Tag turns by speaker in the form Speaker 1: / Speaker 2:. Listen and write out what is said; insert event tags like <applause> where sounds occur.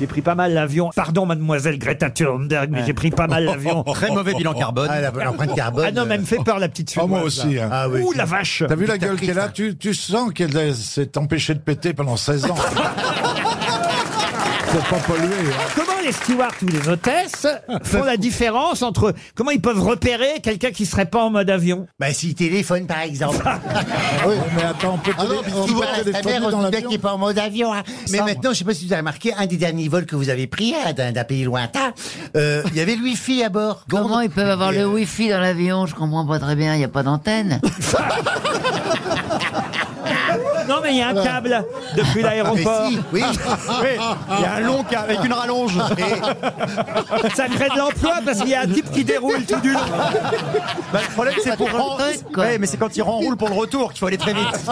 Speaker 1: J'ai pris pas mal l'avion. Pardon, mademoiselle Greta Thunberg, mais j'ai pris pas mal
Speaker 2: <laughs>
Speaker 1: l'avion.
Speaker 2: Oh,
Speaker 3: Très mauvais bilan carbone.
Speaker 4: Ah, la- l'empreinte carbone.
Speaker 1: Ah non, mais elle me fait peur, la petite
Speaker 2: Oh,
Speaker 1: Suédoise.
Speaker 2: moi aussi. hein.
Speaker 4: Ah oui.
Speaker 1: Ouh, la vache
Speaker 2: T'as vu la gueule qu'elle a tu, tu sens qu'elle a- s'est empêchée de péter pendant 16
Speaker 4: <laughs>
Speaker 2: ans. Pour pas polluer. hein.
Speaker 1: Comment les stewards ou les
Speaker 2: <laughs>
Speaker 1: hôtesses font la différence entre... Comment ils peuvent repérer quelqu'un qui serait pas en mode avion
Speaker 4: Bah, si téléphone, par exemple.
Speaker 2: Ah oui, mais attends, on peut
Speaker 4: Ah non,
Speaker 2: télé-
Speaker 4: puis
Speaker 2: on
Speaker 4: tu
Speaker 2: peut
Speaker 4: vois, ta
Speaker 2: téléphoner
Speaker 4: mère, on
Speaker 2: dans
Speaker 4: se dit
Speaker 2: l'avion.
Speaker 4: qu'il est pas en mode avion. hein. Mais
Speaker 2: Ça,
Speaker 4: maintenant, je sais pas si vous avez remarqué, un des derniers vols que vous avez pris hein, d'un d'un pays lointain, euh, il y avait le wifi à bord.
Speaker 5: Comment
Speaker 4: Gond-
Speaker 5: ils peuvent avoir
Speaker 4: Et,
Speaker 5: le wifi dans l'avion Je comprends pas très bien, il n'y a pas d'antenne.
Speaker 1: Non, mais il y a un câble
Speaker 2: Ah,
Speaker 1: depuis
Speaker 4: Mais
Speaker 1: l'aéroport.
Speaker 4: si, oui. <laughs>
Speaker 3: Il y a un long cas avec une rallonge.
Speaker 1: Ça crée de l'emploi parce qu'il y a un type qui déroule tout du long.
Speaker 3: Bah, le
Speaker 4: Ah,
Speaker 3: problème, c'est pour
Speaker 5: trop
Speaker 3: rendre-
Speaker 5: le truc, quoi.
Speaker 3: Ouais, mais c'est quand il renroule pour le retour qu'il faut aller très vite.